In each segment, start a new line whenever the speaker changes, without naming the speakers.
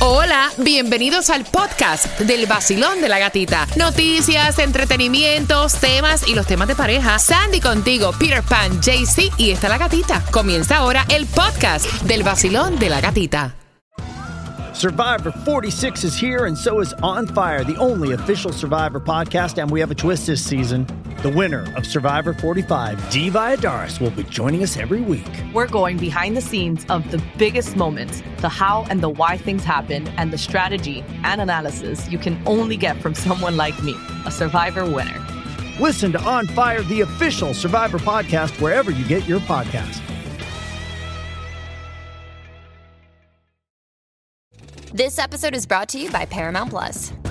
Hola, bienvenidos al podcast del vacilón de la gatita. Noticias, entretenimientos, temas y los temas de pareja. Sandy contigo, Peter Pan, JC y está la gatita. Comienza ahora el podcast del vacilón de la gatita.
Survivor 46 is here, and so is On Fire, the only official Survivor podcast. And we have a twist this season. The winner of Survivor 45, D. Vyadaris, will be joining us every week.
We're going behind the scenes of the biggest moments, the how and the why things happen, and the strategy and analysis you can only get from someone like me, a Survivor winner.
Listen to On Fire, the official Survivor podcast, wherever you get your podcast.
This episode is brought to you by Paramount Plus.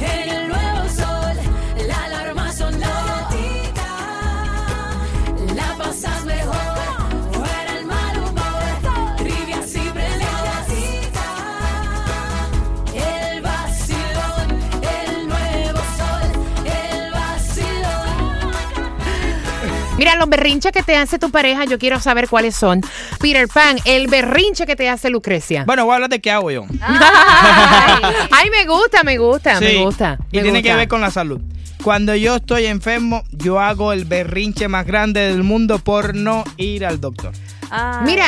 en el nuevo sol, la alarma sonó. La pasas mejor, fuera el mal humor, trivias y preguntas. El vacilón, el nuevo sol, el vacilón.
Mira, los berrinches que te hace tu pareja, yo quiero saber cuáles son. Peter Pan, el berrinche que te hace Lucrecia.
Bueno, voy a hablar de qué hago yo.
Ay, me gusta, me gusta, Ah, me
Sí.
gusta.
Y
me
tiene
gusta.
que ver con la salud. Cuando yo estoy enfermo, yo hago el berrinche más grande del mundo por no ir al doctor.
Mira,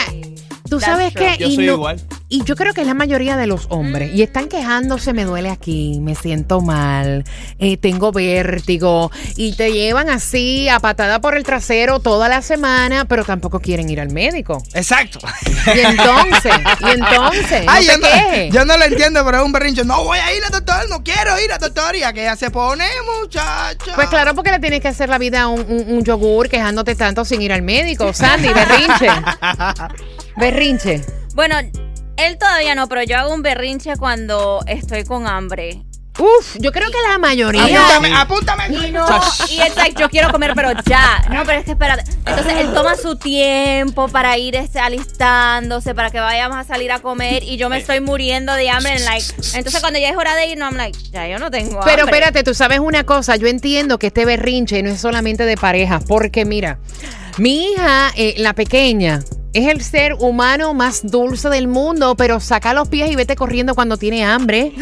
tú sabes que...
Yo soy igual.
Y yo creo que es la mayoría de los hombres. Y están quejándose, me duele aquí, me siento mal, eh, tengo vértigo. Y te llevan así a patada por el trasero toda la semana, pero tampoco quieren ir al médico.
Exacto.
Y entonces, y entonces,
Ay,
no
yo,
te quejes.
no, yo no lo entiendo, pero es un berrinche. No voy a ir al doctor, no quiero ir al doctor. Y a que ya se pone, muchacha.
Pues claro, porque le tienes que hacer la vida un, un- un yogur quejándote tanto sin ir al médico. Sandy, berrinche. berrinche.
Bueno, él todavía no, pero yo hago un berrinche cuando estoy con hambre.
Uf, yo creo que la mayoría.
Apúntame, apúntame.
Y no, y exacto, yo quiero comer, pero ya. No, pero es que espérate. Entonces él toma su tiempo para ir este, alistándose, para que vayamos a salir a comer y yo me estoy muriendo de hambre. and, like, entonces cuando ya es hora de ir, no, I'm like, ya yo no tengo hambre.
Pero espérate, tú sabes una cosa, yo entiendo que este berrinche no es solamente de parejas, porque mira, mi hija, eh, la pequeña, es el ser humano más dulce del mundo, pero saca los pies y vete corriendo cuando tiene hambre.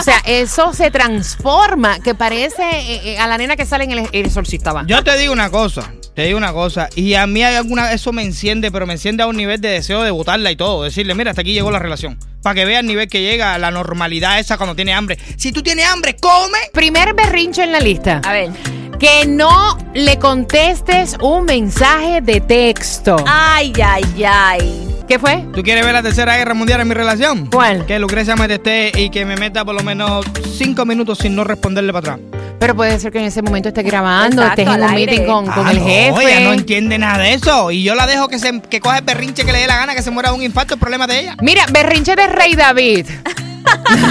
sea, eso se transforma, que parece eh, eh, a la nena que sale en el, el exorcista. va.
Yo te digo una cosa, te digo una cosa, y a mí hay alguna, eso me enciende, pero me enciende a un nivel de deseo de botarla y todo, decirle, mira, hasta aquí llegó la relación, para que vea el nivel que llega a la normalidad esa cuando tiene hambre. Si tú tienes hambre, come.
Primer berrinche en la lista.
A ver.
Que no le contestes un mensaje de texto.
Ay, ay, ay.
¿Qué fue?
¿Tú quieres ver la tercera guerra mundial en mi relación?
¿Cuál?
Que Lucrecia me teste y que me meta por lo menos cinco minutos sin no responderle para atrás.
Pero puede ser que en ese momento esté grabando,
Exacto,
estés en
al
un
aire.
meeting con, con
Ah,
el
no,
jefe.
ella no entiende nada de eso. Y yo la dejo que se que coja el berrinche que le dé la gana, que se muera de un infarto, el problema de ella.
Mira, berrinche de Rey David.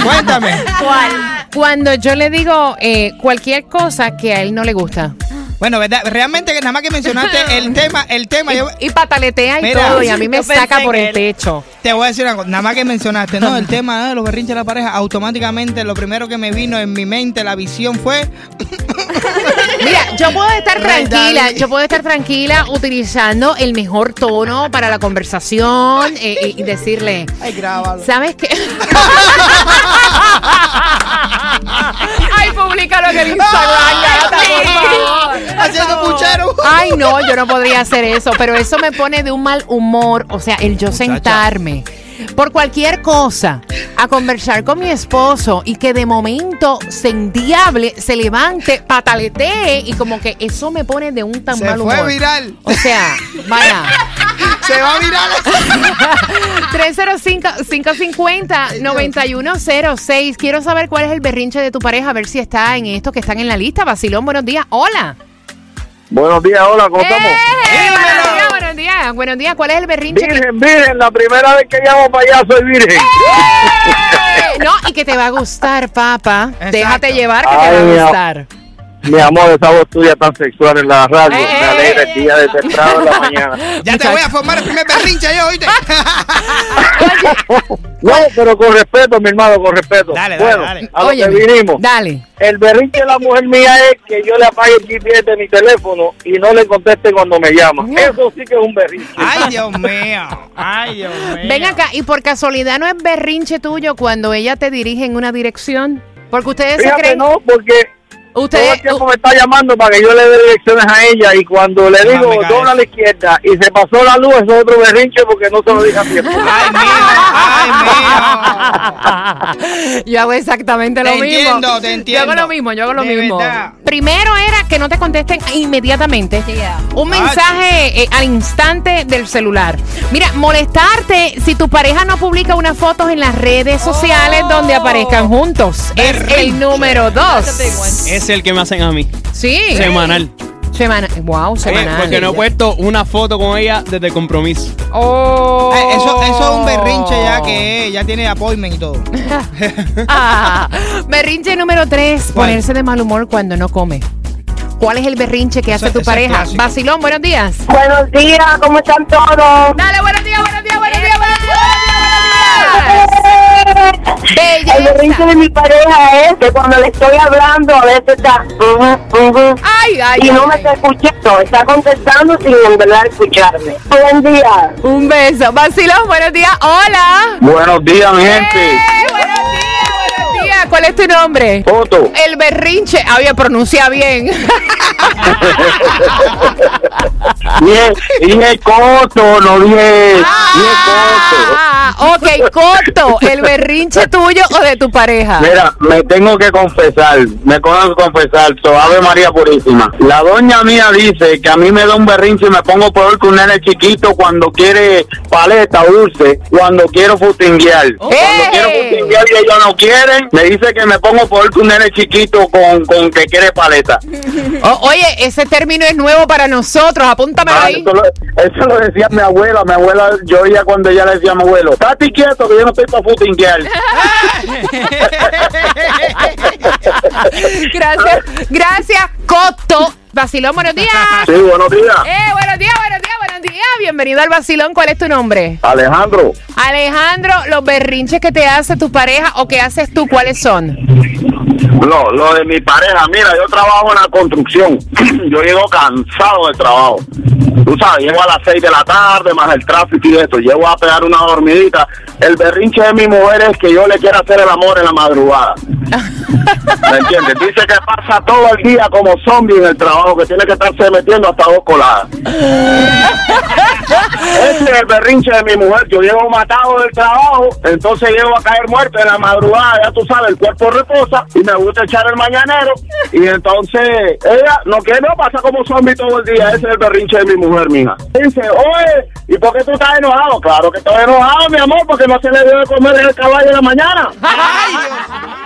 Cuéntame.
Cuando yo le digo eh, cualquier cosa que a él no le gusta.
Bueno, ¿verdad? Realmente que nada más que mencionaste el tema, el tema, yo,
Y pataletea y
Mira.
todo, y a mí me
Yo
saca
pensé
por
que
el
él-
techo.
Te voy a decir una cosa, nada más que mencionaste, ¿no? El tema de los berrinches de la pareja, automáticamente lo primero que me vino en mi mente, la visión fue...
Mira, yo puedo estar
Rey
tranquila,
David.
yo puedo estar tranquila utilizando el mejor tono para la conversación eh, y- y decirle,
Ay, grábalo.
¿Sabes qué? Ay, públicalo en el Instagram, gata, por favor.
Haciendo puchero.
Ay, no, yo no podría hacer eso, pero eso me pone de un mal humor, o sea, el yo sentarme por cualquier cosa a conversar con mi esposo y que de momento se endiable, se levante, pataletee y como que eso me pone de un tan
Se
mal humor.
fue viral.
O sea, vaya.
Se va a virar.
305-550-9106. Quiero saber cuál es el berrinche de tu pareja, a ver si está en estos que están en la lista. Basilón, buenos días. Hola.
Buenos días, hola, ¿cómo estamos?
¡Eh!
Dímelo.
Buenos días, buenos días, buenos días. ¿Cuál es el berrinche? que-
Virgen, virgen, la primera vez que llamo para allá soy virgen.
Eh, No, y que te va a gustar, papá.
Exacto.
Déjate llevar que
Ay,
te va a
mi am-
gustar.
Mi amor, esa voz tuya tan sexual en la radio.
Eh.
Me alegra el día de temprano en la mañana.
Ya te voy a formar el primer berrinche yo, oíste.
No, pero con respeto, mi hermano, con respeto.
Dale, dale,
bueno,
dale.
a lo que
Óyeme,
vinimos.
Dale.
El berrinche de la mujer mía es que yo le apague el GPS de mi teléfono y no le conteste cuando me llama. Eso sí que es un berrinche.
Ah,
Ay, Dios mío. Ay, Dios mío.
Ven acá, y por casualidad no es berrinche tuyo cuando ella te dirige en una dirección. Porque ustedes se
Fíjate,
creen.
no, porque todo el
Ustedes.
tiempo me está llamando para que yo le dé direcciones a ella y cuando le
Ah,
digo
me cae.
dobla a la izquierda y se pasó la luz, eso es otro berrinche porque no se lo dije a tiempo.
Ay, mío. Ay, mío.
Yo hago exactamente lo
Te
mismo.
entiendo, te
Yo hago
entiendo.
lo mismo, yo hago lo
De
mismo.
verdad.
Primero era que no te contesten inmediatamente.
Yeah.
Un
Ay.
mensaje eh, al instante del celular. Mira, molestarte si tu pareja no publica unas fotos en las redes
Oh.
sociales donde aparezcan juntos. Es el
Berrinche.
número
That's a big one.
dos.
Es el que me hacen a mí.
Sí.
Semanal.
Semana. Wow,
Eh,
semanal.
porque no he puesto una foto con ella desde el compromiso.
Oh.
Ay, Eh, Eso, eso es un berrinche ya que ya tiene appointment y todo.
Ah, berrinche número 3,
¿Cuál?
ponerse de mal humor cuando no come. ¿Cuál es el berrinche que
Eso-
hace tu
eso es
pareja?
clásico.
Vacilón, buenos días.
Buenos días, ¿cómo están todos?
Dale, buenos días, buenos días, buenos días, buenos días.
El berrinche
Belleza.
de mi pareja es que cuando le estoy hablando a veces está ujú, ujú,
Ay, ay,
y no me
ay.
está escuchando, está contestando sin en verdad escucharme. Buen día.
Un beso. Vacilón, buenos días. Hola.
Buenos días, mi gente.
Eh, buenos días, buenos días. ¿Cuál es tu nombre?
Foto.
El berrinche. Había pronunciado bien.
Dije, dije coto, no dije, dije coto.
Ah, ok, Coto, el berrinche tuyo o de tu pareja.
Mira, me tengo que confesar, me tengo que confesar, so, Ave María Purísima. La doña mía dice que a mí me da un berrinche y me pongo peor que un nene chiquito cuando quiere paleta dulce, cuando quiero futinguear. Cuando
¡Eh!
quiero futinguear y ellos no quieren, me dice que me pongo peor que un nene chiquito con, con que quiere paleta.
O- oye, ese término es nuevo para nosotros. Apúntamelo
Ah,
ahí.
eso, lo, eso lo decía mi abuela, mi abuela, yo oía cuando ella le decía a mi abuelo, estate quieto que yo no estoy para futinguear.
Gracias, gracias, Coto. Vacilón, buenos días.
Sí, buenos días.
Eh, buenos días, buenos días, buenos días. Bienvenido al vacilón. ¿Cuál es tu nombre?
Alejandro,
Alejandro, los berrinches que te hace tu pareja o que haces tú, ¿cuáles son?
No, lo de mi pareja, mira, yo trabajo en la construcción. yo llego cansado del trabajo. Tú sabes, llego a las 6 de la tarde, más el tráfico y esto. Llego a pegar una dormidita. El berrinche de mi mujer es que yo le quiero hacer el amor en la madrugada. ¿Me entiendes? Dice que pasa todo el día como zombie en el trabajo, que tiene que estarse metiendo hasta dos coladas. Este es el berrinche de mi mujer. Yo llego matado del trabajo, entonces llego a caer muerto en la madrugada. Ya tú sabes, el cuerpo reposa y me gusta echar el mañanero. Y entonces ella, lo que no pasa como zombie todo el día, ese es el berrinche de mi mujer, mija. Dice, oye, ¿y por qué tú estás enojado? Claro que estoy enojado, mi amor, porque no se le dio de comer el caballo en la mañana.
Ay, Dios.